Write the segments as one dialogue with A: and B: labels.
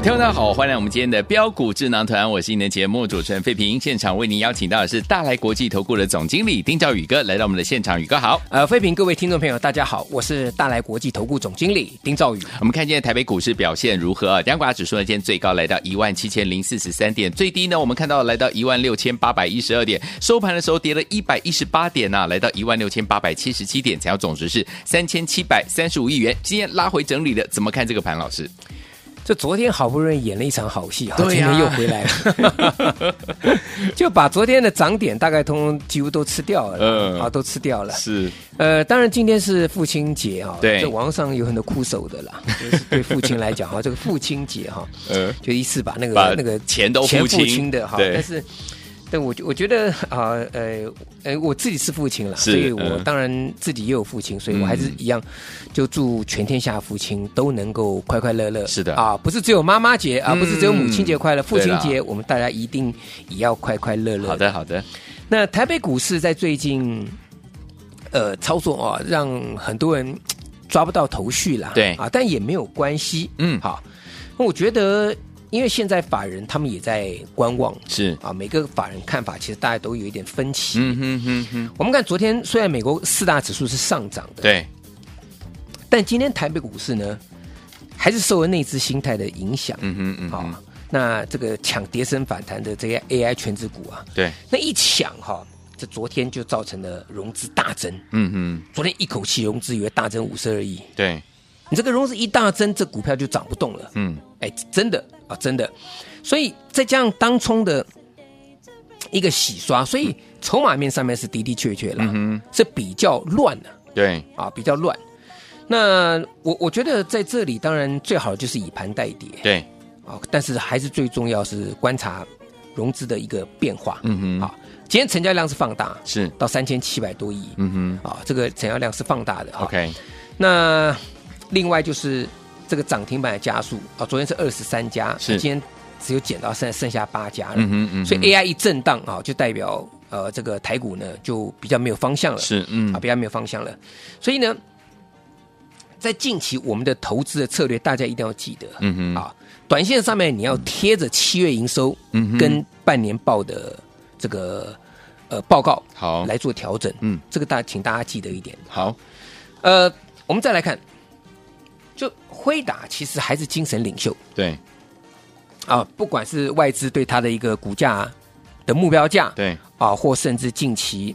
A: 听众大家好，欢迎来我们今天的标股智囊团，我是你的节目主持人费平，现场为您邀请到的是大来国际投顾的总经理丁兆宇哥来到我们的现场，宇哥好。
B: 呃，飞平各位听众朋友，大家好，我是大来国际投顾总经理丁兆宇。
A: 我们看今天台北股市表现如何啊？两股指数呢，今天最高来到一万七千零四十三点，最低呢，我们看到来到一万六千八百一十二点，收盘的时候跌了一百一十八点呐、来到一万六千八百七十七点，成交总值是三千七百三十五亿元。今天拉回整理的，怎么看这个盘？老师，
B: 这昨天好不容易演了一场好戏，
A: 对
B: 今
A: 呀
B: 天又回来了， 就把昨天的涨点大概通通几乎都吃掉了，
A: 嗯
B: 啊，都吃掉了。
A: 是
B: 呃，当然今天是父亲节啊、
A: 对
B: 这网上有很多酷手的啦，就是对父亲来讲哈、这个父亲节哈、
A: 呃，
B: 就一次把那个
A: 把
B: 那个
A: 钱都
B: 钱
A: 付清
B: 付清的哈，
A: 对
B: 但是。但我我觉得啊，呃，呃，我自己是父亲了，
A: 是
B: 所以我
A: 嗯
B: 当然自己也有父亲，所以我还是一样，就祝全天下父亲都能够快快乐乐。
A: 是的
B: 啊，不是只有妈妈节啊，
A: 嗯
B: 不是只有母亲节快乐，父
A: 对
B: 亲
A: 啦
B: 节我们大家一定也要快快乐乐。
A: 好的，好的，
B: 那台北股市在最近，呃，操作啊、让很多人嘖抓不到头绪啦。
A: 对
B: 啊，但也没有关系。
A: 嗯
B: 好，那我觉得，因为现在法人他们也在观望
A: 是，
B: 啊，每个法人看法其实大家都有一点分歧。
A: 嗯哼哼哼，
B: 我们看昨天，虽然美国四大指数是上涨的，
A: 对，
B: 但今天台北股市呢，还是受了内资心态的影响。
A: 嗯哼嗯
B: 好、
A: 哼，
B: 那这个抢跌升反弹的这些 AI 全指股啊，
A: 对，
B: 那一抢哈、这昨天就造成了融资大增。
A: 嗯哼，
B: 昨天一口气融资约大增五十二亿，
A: 对，
B: 你这个融资一大增，这股票就涨不动了。
A: 嗯，
B: 哎，真的啊，真的。所以再加上当冲的一个洗刷，所以筹码面上面是的的确确啦，
A: 嗯
B: 是比较乱的
A: 对，
B: 啊，比较乱。那我我觉得在这里，当然最好就是以盘代跌
A: 对，
B: 啊，但是还是最重要是观察融资的一个变化。
A: 嗯哼，
B: 好，今天成交量是放大，
A: 是，
B: 到三千七百多亿。
A: 嗯
B: 啊，这个成交量是放大的啊
A: 哼
B: 哈。
A: ，OK，
B: 那另外就是这个涨停板的家数啊，昨天是二十三家，
A: 是
B: 今天只有减到剩剩下八家了。
A: 嗯哼嗯哼
B: 所以 AI 一震荡啊，就代表呃这个台股呢就比较没有方向了，
A: 是，嗯
B: 啊，比较没有方向了。所以呢，在近期我们的投资的策略，大家一定要记得，
A: 嗯哼
B: 啊，短线上面你要贴着七月营收，
A: 嗯哼
B: 跟半年报的这个呃报告
A: 好
B: 来做调整，
A: 嗯，
B: 这个大请大家记得一点。
A: 好，
B: 呃，我们再来看，就辉达其实还是精神领袖
A: 对
B: 啊，不管是外资对它的一个股价的目标价，
A: 对，
B: 啊，或甚至近期。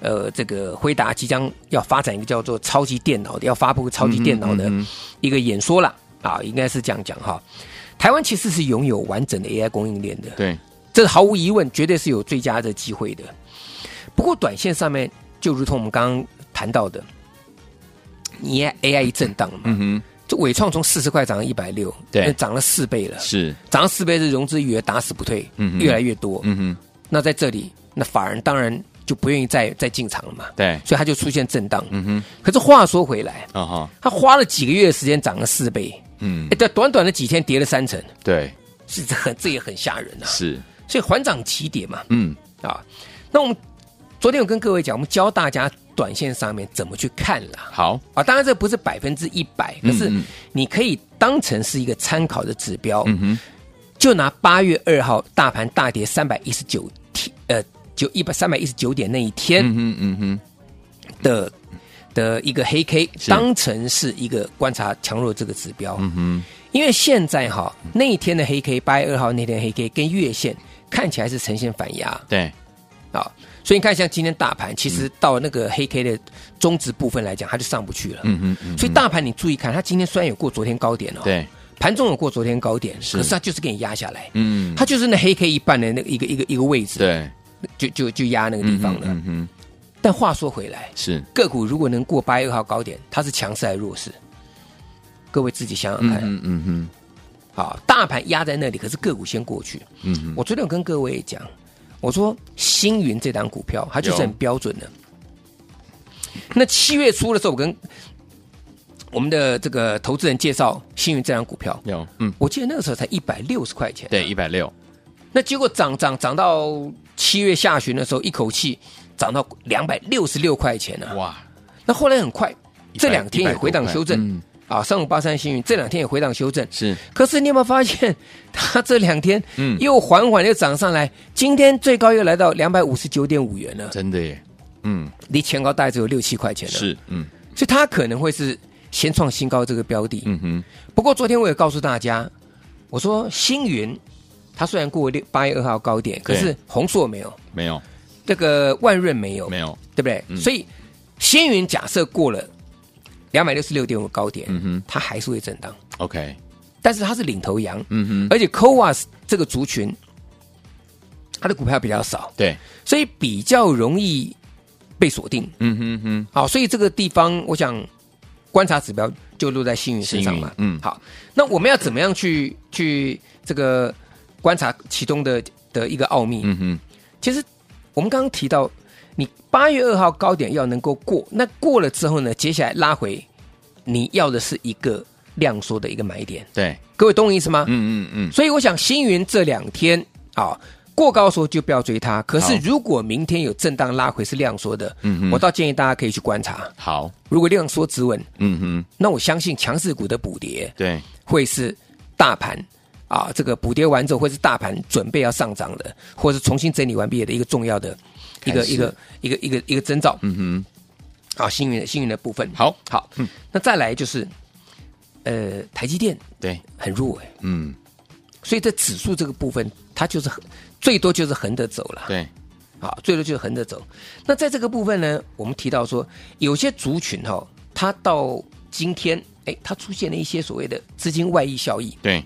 B: 呃，这个辉达即将要发展一个叫做超级电脑的，要发布超级电脑的
A: 嗯哼嗯
B: 一个演说啦。啊，应该是这样讲哈。台湾其实是拥有完整的 AI 供应链的，
A: 对，
B: 这毫无疑问，绝对是有最佳的机会的。不过，短线上面就如同我们刚刚谈到的，你 AI 一震荡嘛，
A: 嗯
B: 这伟创从四十块涨到一百六，
A: 对
B: 那涨了四倍了
A: 哼，，是，
B: 涨了四倍是融资余额打死不退，
A: 嗯哼
B: 越来越多。
A: 嗯哼，
B: 那在这里，那法人当然就不愿意再再进场了嘛，
A: 对，
B: 所以它就出现震荡。
A: 嗯哼，
B: 可是话说回来，
A: 啊哈，
B: 他花了几个月的时间涨了四倍，
A: 嗯
B: 哎，，在短短的几天跌了三成，
A: 对，
B: 是这很这也很吓人啊。
A: 是，
B: 所以缓涨急跌嘛，
A: 嗯，
B: 啊，那我们昨天有跟各位讲，我们教大家短线上面怎么去看啦。
A: 好，
B: 啊，当然这不是百分之一百，可
A: 嗯
B: 是
A: 嗯
B: 你可以当成是一个参考的指标。
A: 嗯哼，
B: 就拿八月二号大盘大跌三百一十九天，呃，就一百三百一十九点那一天
A: 嗯哼，嗯哼，
B: 的、的一个黑 K，
A: 是
B: 当成是一个观察强弱这个指标。
A: 嗯哼，
B: 因为现在哈那一天的黑 K，八月二号那天的黑 K 跟月线看起来是呈现反压
A: 对，
B: 啊，所以你看像今天大盘，其实到那个黑 K 的中值部分来讲，它就上不去了。
A: 嗯哼，嗯
B: 所以大盘你注意看，它今天虽然有过昨天高点哦，
A: 对，
B: 盘中有过昨天高点，
A: 是
B: 可是它就是给你压下来，
A: 嗯，
B: 它就是那黑 K 一半的那个一个一个一个位置，
A: 对
B: 就就就压那个地方了。
A: 嗯哼，
B: 但话说回来，
A: 是，
B: 个股如果能过八月二号高点，它是强势还是弱势？各位自己想
A: 嗯
B: 想看。
A: 嗯嗯哼，
B: 好，大盘压在那里，可是个股先过去。
A: 嗯哼，
B: 我昨天有跟各位讲，我说星云这档股票，它就是
A: 有
B: 很标准的。那七月初的时候，我跟我们的这个投资人介绍星云这档股票，
A: 有，嗯，
B: 我记得那个时候才一百六十块钱，
A: 对，一百六，
B: 那结果涨涨涨到七月下旬的时候，一口气涨到两百六十六块钱啊！
A: 哇，
B: 那后来很快，
A: 100
B: 这两天也回档修正、
A: 嗯
B: 啊，三五八三星云这两天也回档修正。
A: 是，
B: 可是你有没有发现，它这两天
A: 嗯
B: 又缓缓又涨上来，今天最高又来到两百五十九点五元了，
A: 真的耶，嗯，
B: 离前高大概只有六七块钱了。，
A: 是，嗯
B: 所以它可能会是先创新高这个标的。
A: 嗯哼，
B: 不过昨天我也告诉大家，我说星云它虽然过六八月二号高点，可
A: 对
B: 是红硕没有。
A: 没有，
B: 这个万润没有，
A: 没有，
B: 对不对？
A: 嗯
B: 所以星云假设过了两百六十六点五高点，
A: 嗯哼
B: 它还是会震荡，
A: ，OK，
B: 但是它是领头羊，
A: 嗯哼，
B: 而且 Coas 这个族群，它的股票比较少，
A: 对，
B: 所以比较容易被锁定。
A: 嗯哼哼，
B: 好，所以这个地方我想观察指标就落在星云身上嘛。
A: 星云嗯
B: 好，那我们要怎么样去去这个观察其中的的一个奥秘？
A: 嗯哼，
B: 其实我们刚刚提到，你八月二号高点要能够过，那过了之后呢，接下来拉回，你要的是一个量缩的一个买点，
A: 对，
B: 各位懂我意思吗？
A: 嗯嗯嗯，
B: 所以我想星云这两天啊、过高的时候就不要追它，可是
A: 好
B: 如果明天有震荡拉回是量缩的，
A: 嗯哼
B: 我倒建议大家可以去观察。
A: 好，
B: 如果量缩止稳，
A: 嗯哼，
B: 那我相信强势股的补跌
A: 对，
B: 会是大盘啊，这个补跌完之后，会是大盘准备要上涨的，或是重新整理完毕的一个重要的一个
A: 开始
B: 一个一个一个一个征兆
A: 嗯
B: 啊，幸运的幸运的部分。
A: 哼，，好，
B: 好，那再来就是，呃，台积电
A: 对，
B: 很弱哎、
A: 嗯，
B: 所以这指数这个部分，它就是横最多就是横着走了，
A: 对，
B: 啊，最多就是横着走。那在这个部分呢，我们提到说，有些族群哈、哦，它到今天，哎，它出现了一些所谓的资金外溢效益，
A: 对，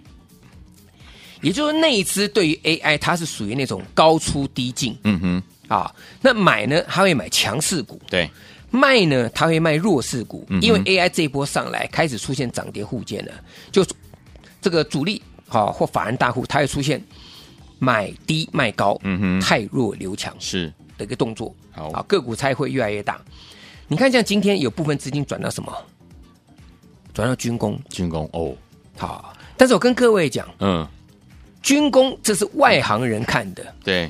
B: 也就是那一只对于 AI 它是属于那种高出低进
A: 嗯哼，
B: 啊，那买呢它会买强势股，
A: 对，
B: 卖呢它会卖弱势股，
A: 嗯哼
B: 因为 AI 这一波上来开始出现涨跌互见了，就这个主力啊或法人大户它会出现买低卖高，
A: 嗯哼
B: 太弱留强
A: 是，哦
B: 的一个动作，
A: 好
B: 啊个股才会越来越大。你看像今天有部分资金转到什么？转到军工，
A: 军工哦，
B: 好，但是我跟各位讲，
A: 嗯，
B: 军工这是外行人看的。
A: 对，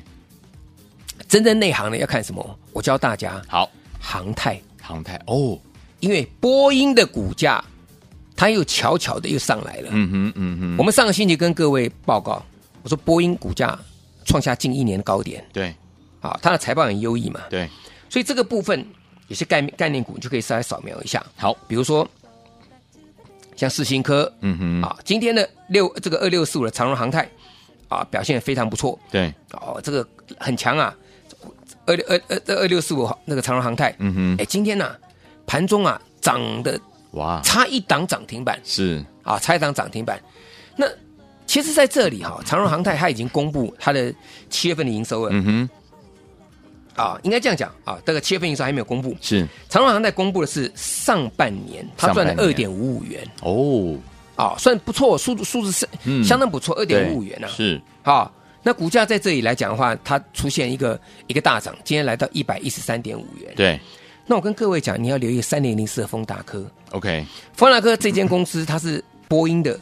B: 真正内行的要看什么？我教大家
A: 好，
B: 航太，
A: 航太哦，
B: 因为波音的股价它又悄悄的又上来了。
A: 嗯哼，嗯哼，
B: 我们上个星期跟各位报告，我说波音股价创下近一年的高点，
A: 对
B: 啊，它的财报很优异嘛，
A: 对，
B: 所以这个部分有些概念概念股你就可以稍微扫描一下，
A: 好，
B: 比如说像世新科，
A: 嗯哼，
B: 啊，今天的六这个二六四五的长荣航太啊表现得非常不错，
A: 对，
B: 哦，这个很强啊，二六二二二六四五那个长荣航太，
A: 嗯哼，
B: 哎，今天呢、盘中啊涨的
A: 哇，
B: 差一档涨停板
A: 是，
B: 啊，差一档涨停板。那其实在这里哈、长荣航太它已经公布它的七月份的营收了、
A: 嗯哼，
B: 啊，应该这样讲啊，这个七月份营收还没有公布。
A: 是，
B: 长荣航太公布的是上半年，它赚了
A: 上半
B: 二
A: 年
B: 点五五元
A: 哦，
B: 啊，算不错，数字数字是、
A: 嗯
B: 相当不错，二点
A: 对
B: 五五元啊。
A: 是，
B: 好、那股价在这里来讲的话，它出现一个一个大涨，今天来到一百一十三点五元。
A: 对
B: 那我跟各位讲，你要留意三零零四的丰达科。
A: ，OK，
B: 丰达科这间公司，它是波音的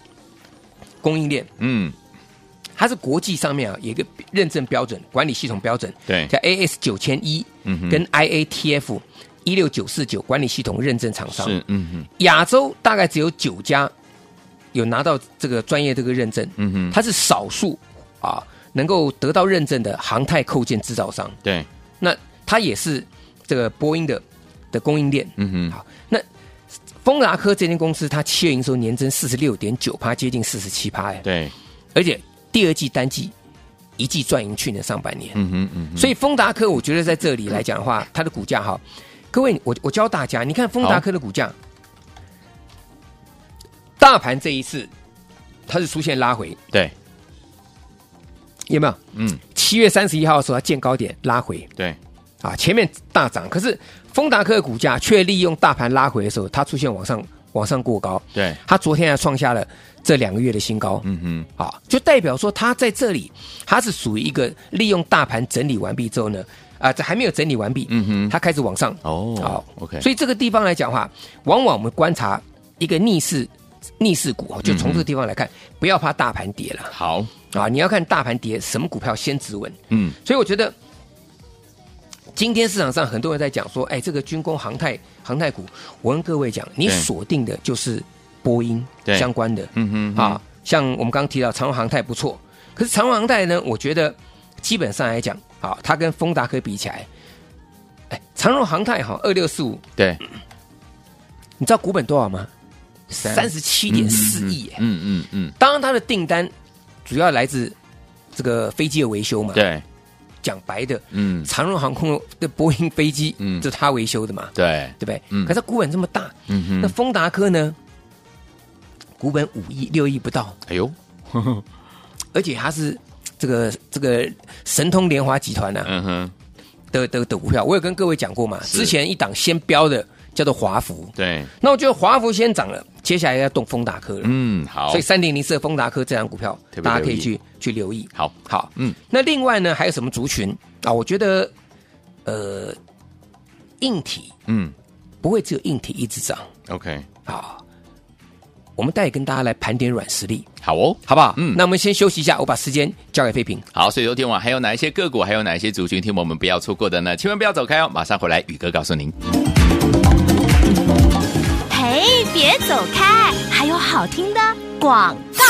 B: 供应链，
A: 嗯，
B: 它是国际上面啊有一个认证标准、管理系统标准，
A: 对
B: 叫 AS 九千一，
A: 哎嗯哼
B: 跟 IATF 一六九四九管理系统认证厂商。
A: 是，嗯哼，
B: 亚洲大概只有九家有拿到这个专业这个认证，
A: 嗯哼，
B: 它是少数啊能够得到认证的航太扣件制造商。
A: 对，
B: 那它也是这个波音的的供应链。
A: 嗯哼，
B: 好，那丰达科这间公司，它七月营收年增四十六点九趴，接近四十七趴哎，
A: 对，
B: 而且第二季单季一季赚赢去年上半年，
A: 嗯哼，嗯哼，
B: 所以丰达科我觉得在这里来讲的话，它的股价哈，各位我我教大家，你看丰达科的股价，大盘这一次它是出现拉回，
A: 对，
B: 有没有？
A: 嗯，
B: 七月三十一号的时候，它见高点拉回
A: 对，
B: 啊，前面大涨，可是丰达科的股价却利用大盘拉回的时候，它出现往上往上过高，
A: 对，
B: 它昨天还创下了这两个月的新高，
A: 嗯哼，
B: 啊，就代表说它在这里，它是属于一个利用大盘整理完毕之后呢，啊，这还没有整理完毕，
A: 嗯哼
B: 它开始往上，
A: 哦
B: 好
A: ，OK，
B: 所以这个地方来讲的话，往往我们观察一个逆势逆势股，哦就从
A: 嗯
B: 这个地方来看，不要怕大盘跌了
A: 好，
B: 啊，你要看大盘跌什么股票先止稳，
A: 嗯，
B: 所以我觉得今天市场上很多人在讲说，哎，这个军工、航太、航太股，我跟各位讲，你
A: 对
B: 锁定的就是波音
A: 对
B: 相关的，
A: 嗯哼，
B: 啊，像我们刚刚提到长荣航太不错，可是长荣航太呢，我觉得基本上来讲，啊，它跟丰达科比起来，哎，长荣航太哈二六四五，
A: 对，
B: 你知道股本多少吗？
A: 三
B: 三十七点四亿耶。
A: 嗯嗯嗯，
B: 当然，它的订单主要来自这个飞机的维修嘛。，
A: 对，
B: 讲白的，
A: 嗯，
B: 长荣航空的波音飞机，
A: 嗯
B: 嗯，就是它维修的嘛，
A: 对，
B: 对不对？
A: 嗯
B: 可是它股本这么大，
A: 嗯哼，
B: 那丰达科呢？股本五亿、六亿不到，
A: 哎呦，
B: 而且它是这个这个神通联华集团呐、啊
A: 嗯哼，
B: 的的的股票，我有跟各位讲过嘛，
A: 是
B: 之前一档先标的叫做华孚，
A: 对，
B: 那我觉得华孚先涨了，接下来要动丰达科了，
A: 嗯，好
B: 所以，三零零四的丰达科这档股票
A: 特别留意，
B: 大家可以去去留意。
A: 好，
B: 好，
A: 嗯，
B: 那另外呢还有什么族群啊？我觉得呃，硬体
A: 嗯
B: 不会只有硬体一直涨
A: ，OK，
B: 啊，我们待会跟大家来盘点软实力，
A: 好哦，
B: 好不好？
A: 嗯
B: 那我们先休息一下，我把时间交给飞平。
A: 好，所以昨天晚还有哪一些个股，还有哪一些族群，听我们不要错过的呢？千万不要走开哦，马上回来，宇哥告诉您。
C: 嘿，别走开，还有好听的广告。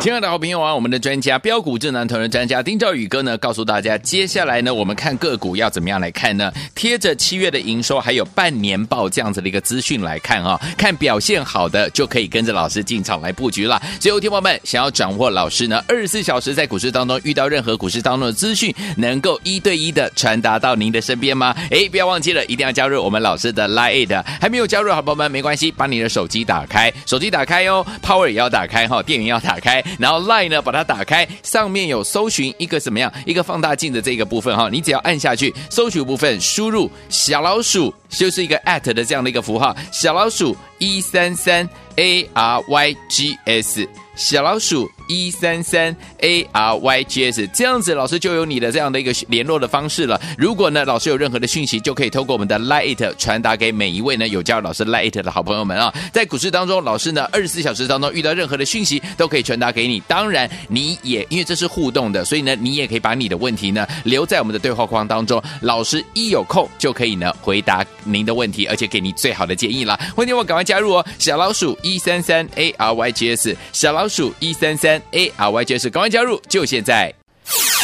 A: 亲爱的好朋友啊，我们的专家标股智囊团的专家丁兆宇哥呢，告诉大家，接下来呢，我们看个股要怎么样来看呢？贴着七月的营收还有半年报这样子的一个资讯来看啊、看表现好的就可以跟着老师进场来布局了。所以，有听众们想要掌握老师呢二十四小时在股市当中遇到任何股市当中的资讯，能够一对一的传达到您的身边吗？哎，不要忘记了，一定要加入我们老师的 Line，还没有加入的好朋友们没关系，把你的手机打开，手机打开哟、Power 也要打开哈、电源要打开，然后 Line 呢把它打开，上面有搜寻一个怎么样一个放大镜的这个部分哈、你只要按下去，搜寻部分输入小老鼠，就是一个 at 的这样的一个符号，小老鼠一三三 a r y g s。小老鼠一三三 a r y g s，这样子老师就有你的这样的一个联络的方式了。如果呢老师有任何的讯息，就可以透过我们的 Lite 传达给每一位呢有加入老师 Lite 的好朋友们啊。在股市当中，老师呢二十四小时当中遇到任何的讯息都可以传达给你。当然，你也因为这是互动的，所以呢你也可以把你的问题呢留在我们的对话框当中，老师一有空就可以呢回答您的问题，而且给你最好的建议啦。欢迎我赶快加入哦，小老鼠一三三 a r y g s，小老鼠一三三 a r y g s，赶快加入，就现在。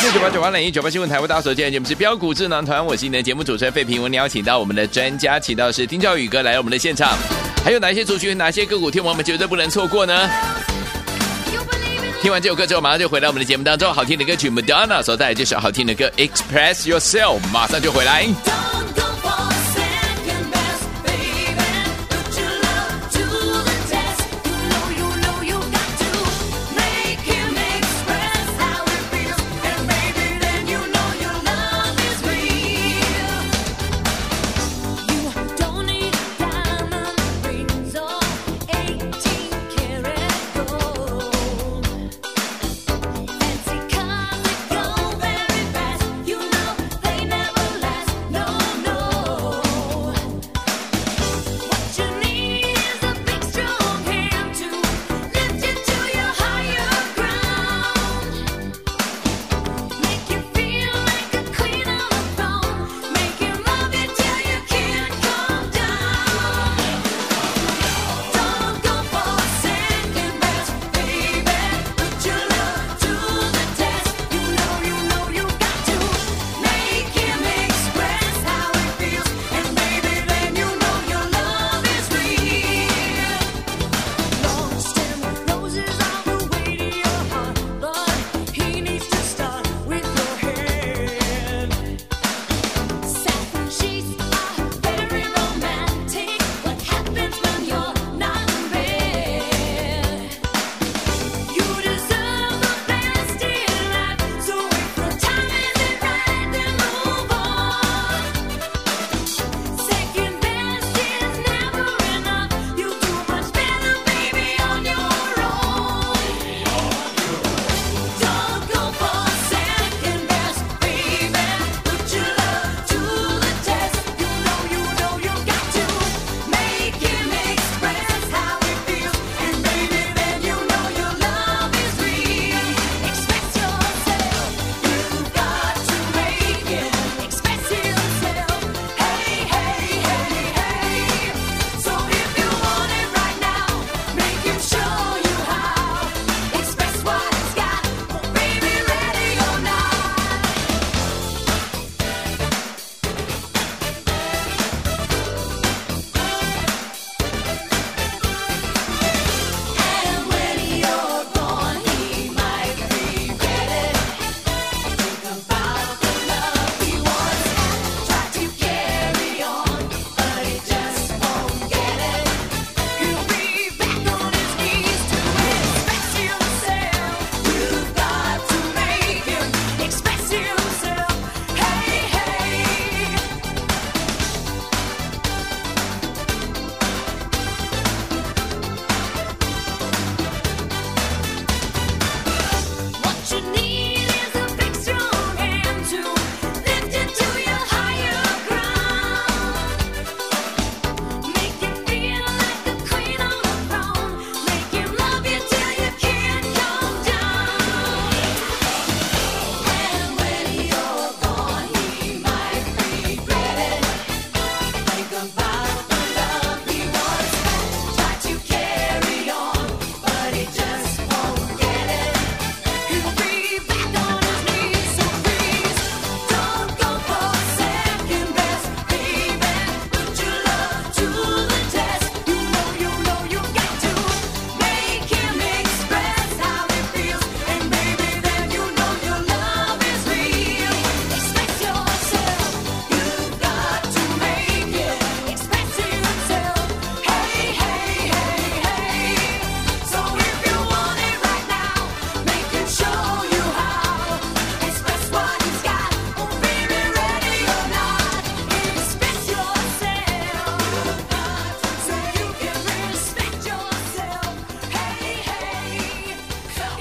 A: 六九八九八零一九八新闻台，为大家所见的节目是标股智囊团，我是你的节目主持人费平。我们邀请到我们的专家，请到的是丁兆宇哥来到我们的现场。还有哪一些族群、哪些个股，听我们绝对不能错过呢？听完这首歌之后，马上就回到我们的节目当中。好听的歌曲 Madonna 所带来这首好听的歌《Express Yourself》，马上就回来。
D: Don't go for second best, baby. Put your love to the test. You know, you know, you got to make him express how it feels, and baby, then you know your love is real. You don't need diamond rings or 18 karat gold. Fancy cars that go very fast, you know they never last. No, no.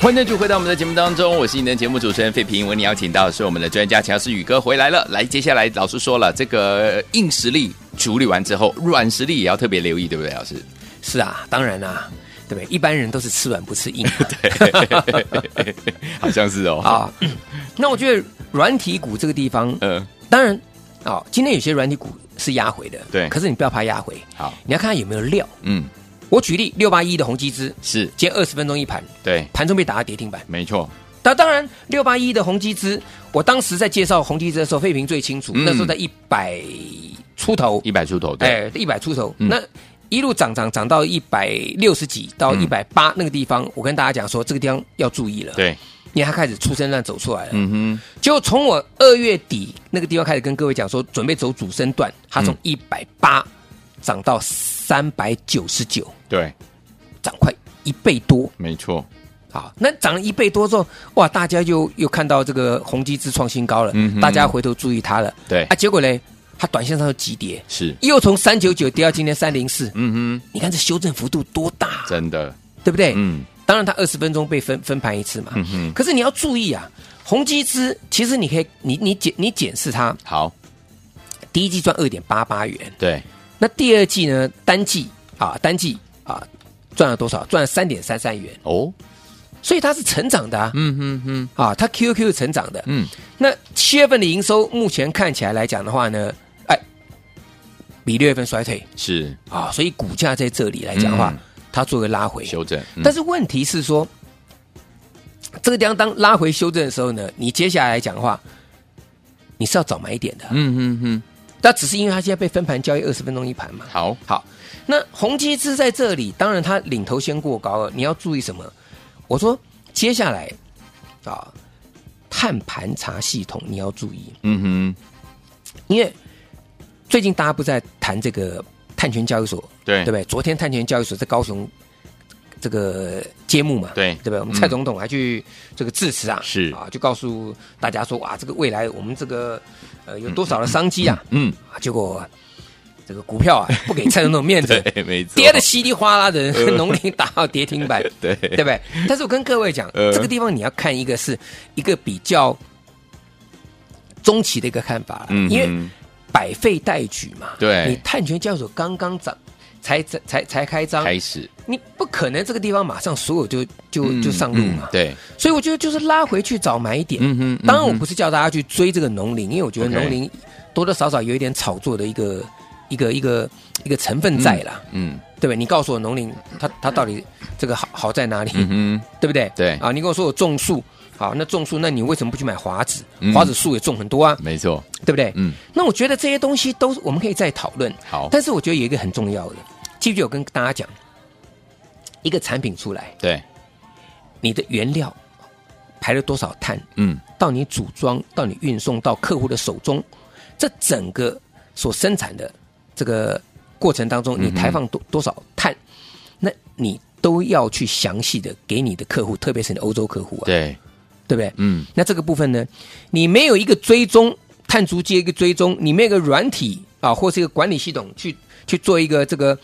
A: 欢迎就回到我们的节目当中，我是你的节目主持人费平。为你邀请到的是我们的专家乔师宇哥回来了。来，接下来老师说了，这个硬实力处理完之后，软实力也要特别留意，对不对，老师？
B: 是啊，当然啦、对不对？一般人都是吃软不吃 硬嘛
A: 啊好像是哦。
B: 啊。那我觉得软体股这个地方，
A: 嗯，
B: 当然啊、今天有些软体股是压回的，
A: 对
B: 可是你不要怕压回，
A: 好，
B: 你要看它有没有料。
A: 嗯，
B: 我举例，六八一的宏基资，
A: 是
B: 今天二十分钟一盘，
A: 对，
B: 盘中被打到跌停板。
A: 没错，
B: 那当然，六八一的宏基资，我当时在介绍宏基资的时候，费平最清楚，
A: 嗯
B: 那时候在一百出头，
A: 一百出头，对，
B: 哎，一百出头，
A: 嗯
B: 那一路涨涨涨到一百六十几到一
A: 嗯
B: 百八那个地方，我跟大家讲说，这个地方要注意了，，
A: 对，
B: 因为它开始出生段走出来了。
A: 嗯哼，
B: 就从我二月底那个地方开始跟各位讲说，准备走主升段，它
A: 嗯
B: 从一百八涨到三百九十九，
A: 对，
B: 涨快一倍多。
A: 没错，
B: 好，那涨了一倍多之后，哇，大家又又看到这个宏基之创新高了，
A: 嗯哼
B: 大家回头注意它了。
A: 对
B: 啊，结果呢，它短线上又急跌，
A: 是，
B: 又从三九九跌到今天三零四，
A: 嗯
B: 你看这修正幅度多大啊
A: 哼，，真的，
B: 对不对？
A: 嗯，
B: 当然，它二十分钟被分分盘一次嘛。
A: 嗯哼
B: 可是你要注意啊，宏基之其实你可以，你你检你检视它，
A: 好，
B: 第一季赚二点八八元，
A: 对，
B: 那第二季呢，单季啊，单季啊赚了多少？赚了三点三三元，
A: 哦，
B: 所以它是成长的啊。
A: 嗯哼哼，
B: 啊，它 QQ 是成长的，
A: 嗯，
B: 那七月份的营收目前看起来来讲的话呢，哎，比六月份衰退
A: 是
B: 啊，所以股价在这里来讲的话，
A: 嗯
B: 它做个拉回。
A: 修正，嗯
B: 但是问题是说，这个地方当拉回修正的时候呢，你接下来来讲的话，你是要找买点的。
A: 嗯哼哼，
B: 那只是因为它现在被分盘交易二十分钟一盘嘛。
A: 好，
B: 好，那宏基资在这里，当然它领头先过高了，你要注意什么？我说接下来啊，碳盘查系统你要注意，
A: 嗯哼，
B: 因为最近大家不在谈这个碳权交易所，
A: 对
B: 对不，对？昨天碳权交易所在高雄这个揭幕嘛，
A: 对
B: 对不对？我们
A: 嗯
B: 蔡总统还去这个致辞啊，
A: 是
B: 啊，就告诉大家说，哇，这个未来我们这个呃有多少的商机啊？
A: 嗯，
B: 啊，结果这个股票 啊不给蔡总统面子，
A: 对，没错，
B: 跌的稀里哗啦的， 农林打到跌停板，
A: 对
B: 对不对？但是我跟各位讲，
A: 呃
B: 这个地方你要看一个是一个比较中期的一个看法啦，
A: 嗯哼
B: 因为百废待举嘛，
A: 对
B: 你碳权交易所刚刚涨。才才才才开张，
A: 开始
B: 你不可能这个地方马上所有就就
A: 嗯
B: 就上路
A: 嗯
B: 嘛，
A: 对，
B: 所以我觉得就是拉回去找买点。
A: 嗯哼嗯哼
B: 当然我不是叫大家去追这个农林，因为我觉得
A: OK
B: 农林多多少少有一点炒作的一个一个一个一个成分在啦，
A: 嗯
B: 对不对？你告诉我农林它它到底这个好好在哪里，
A: 嗯
B: 对不对？
A: 对
B: 啊，你跟我说我种树，好，那种树，那你为什么不去买华子
A: 嗯？
B: 华子树也种很多啊，
A: 哼，没错，
B: 对不对？
A: 嗯，
B: 那我觉得这些东西都是我们可以再讨论。
A: 好，
B: 但是我觉得有一个很重要的，记不记得我跟大家讲，一个产品出来，
A: 对，
B: 你的原料排了多少碳，
A: 嗯，
B: 到你组装，到你运送到客户的手中，这整个所生产的这个过程当中，你排放多多少
A: 嗯
B: 碳，那你都要去详细的给你的客户，特别是你的欧洲客户啊，
A: 对，
B: 对不对？
A: 嗯，
B: 那这个部分呢，你没有一个追踪碳足迹的一个追踪，你没有一个软体啊，或是一个管理系统去去做一个这个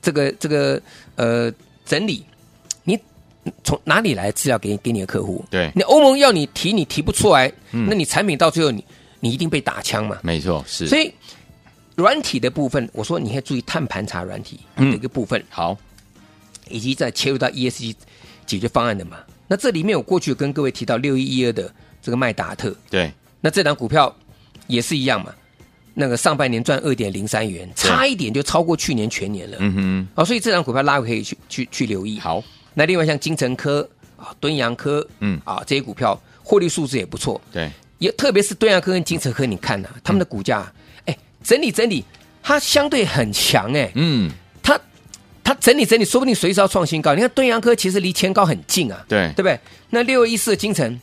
B: 这个这个呃整理，你从哪里来资料给给你的客户？
A: 对嗯
B: 你欧盟要你提，你提不出来，那你产品到最后你你一定被打枪嘛。
A: 没错，是，
B: 所
A: 以
B: 以软体的部分，我说你要注意碳盘查软体的
A: 嗯
B: 一个部分，
A: 好，
B: 以及再切入到 ESG 解决方案的嘛。那这里面我过去有跟各位提到六一一二的这个麦达特，
A: 对，
B: 那这档股票也是一样嘛，那个上半年赚二点零三元，差一点就超过去年全年了。
A: 嗯
B: 哦，所以这档股票拉回可以去去去留意。
A: 哼，，好，
B: 那另外像金城科啊、敦洋科，
A: 嗯
B: 啊这些股票获利数字也不错，
A: 对，
B: 也特别是敦洋科跟金城科，你看
A: 嗯
B: 呐、他们的股价，哎、整理整理，它相对很强哎、
A: 嗯，
B: 它它整理整理，说不定随时要创新高。你看敦洋科其实离前高很近啊，
A: 对
B: 对不对？那六一四的金城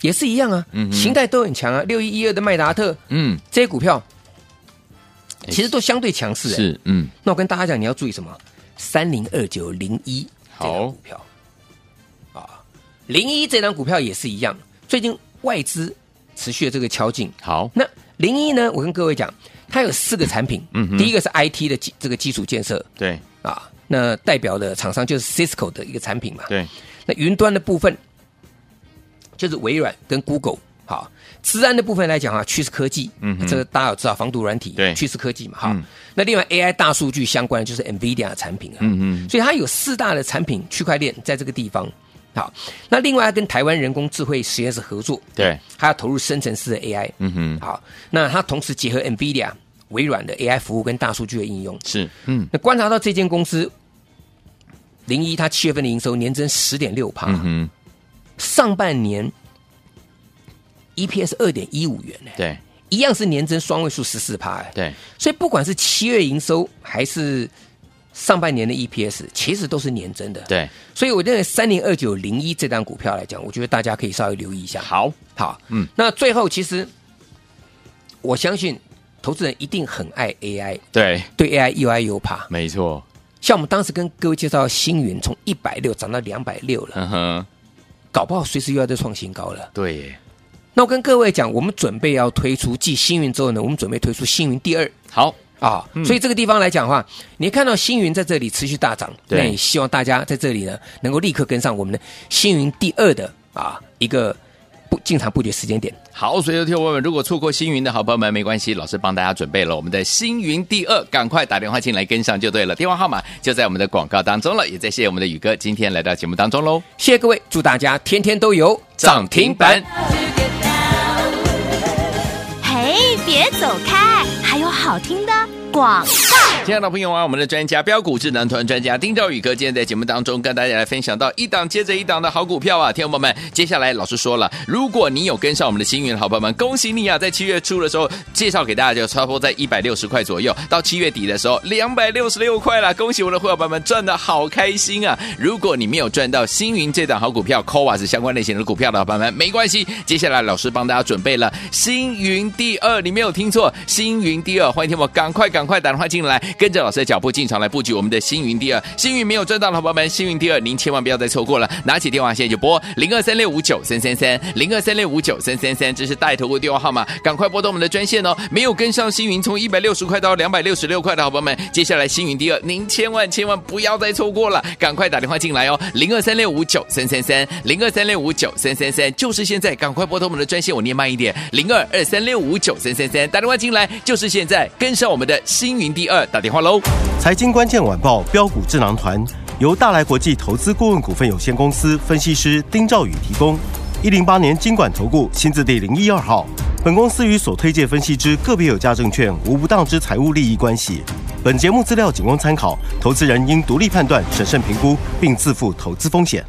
B: 也是一样啊，
A: 嗯哼
B: 形态都很强啊。六一一二的麦达特
A: 嗯，
B: 这些股票其实都相对强势、哎。
A: 哎是，嗯，
B: 那我跟大家讲，你要注意什么？三零二九零一这
A: 好
B: 张股票啊，零一这张股票也是一样，最近外资持续的这个敲进，
A: 好，
B: 那零一呢？我跟各位讲，它有四个产品，
A: 嗯哼
B: 第一个是 IT 的基这个基础建设
A: 对，
B: 啊，那代表的厂商就是 Cisco 的一个产品嘛。
A: 对，
B: 那云端的部分就是微软跟 Google。好，治安的部分来讲啊，趋势科技，
A: 嗯哼
B: 这个大家有知道防毒软体，
A: 对
B: 趋势科技嘛，哈、
A: 嗯
B: 那另外 AI 大数据相关的就是 NVIDIA 的产品啊，
A: 嗯嗯
B: 所以它有四大的产品区块链在这个地方。好，那另外它跟台湾人工智慧实验室合作，
A: 对，
B: 它要投入生成式的 AI，
A: 嗯哼，
B: 好，那它同时结合 NVIDIA 微软的 AI 服务跟大数据的应用。
A: 是，嗯
B: 那观察到这间公司，零一它七月份的营收年增十点六
A: 嗯
B: 帕，
A: 哼，
B: 上半年 EPS 二点一五元呢、
A: 对
B: 一样是年增双位数十四帕，哎
A: 对，
B: 所以不管是七月营收还是上半年的 EPS，其实都是年增的。，
A: 对，
B: 所以我认为三零二九零一这张股票来讲，我觉得大家可以稍微留意一下。
A: 好，
B: 好，
A: 嗯
B: 嗯，那最后其实我相信投资人一定很爱 AI，
A: 对，
B: 对 AI 又爱又怕。
A: 没错，
B: 像我们当时跟各位介绍，星云从一百六涨到两百六了，
A: 嗯哼，
B: 搞不好随时又要再创新高了。
A: 对耶，
B: 那我跟各位讲，我们准备要推出继星云之后呢，我们准备推出星云第二
A: 好，
B: 啊、所以这个地方来讲的话，你看到星云在这里持续大涨，
A: 对
B: 那也希望大家在这里呢能够立刻跟上我们的星云第二的啊一个不进场布局时间点。
A: 好，所以有听众朋友们，如果错过星云的好朋友们，没关系，老师帮大家准备了我们的星云第二，赶快打电话进来跟上就对了，电话号码就在我们的广告当中了，也再谢谢我们的宇哥今天来到节目当中喽，
B: 谢谢各位，祝大家天天都有
A: 涨停板。
C: 嘿，别走开，还有好听的广。
A: 亲爱的朋友啊，我们的专家标股智能团专家丁兆宇哥今天在节目当中跟大家来分享到一档接着一档的好股票啊，听众朋友们，接下来老师说了，如果你有跟上我们的星云的好朋友们，恭喜你啊，在七月初的时候介绍给大家就差不多在一百六十块左右，到七月底的时候两百六十六块了，恭喜我的会员朋友们赚的好开心啊！如果你没有赚到星云这档好股票 c o v a s 相关类型的股票的好朋友们，没关系，接下来老师帮大家准备了星云第二，你没有听错，星云第二，欢迎听我赶快赶快打电话进来，跟着老师的脚步进场来布局我们的星云第二。星云没有赚到的好朋友们，星云第二您千万不要再错过了，拿起电话现在就拨零二三六五九三三三零二三六五九三三三，这是带头的电话号码，赶快拨通我们的专线哦。没有跟上星云从一百六十块到两百六十六块的好朋友们，接下来星云第二您千万千万不要再错过了，赶快打电话进来哦，零二三六五九三三三零二三六五九三三三，就是现在，赶快拨通我们的专线，我念慢一点，零二二三六五九三三三，打电话进来就是现在，跟上我们的星云第二打电话喽。
E: 财经关键晚报标股智囊团由大来国际投资顾问股份有限公司分析师丁兆宇提供。一零八年经管投顾新字第零一二号。本公司与所推介分析之个别有价证券无不当之财务利益关系。本节目资料仅供参考，投资人应独立判断、审慎评估，并自负投资风险。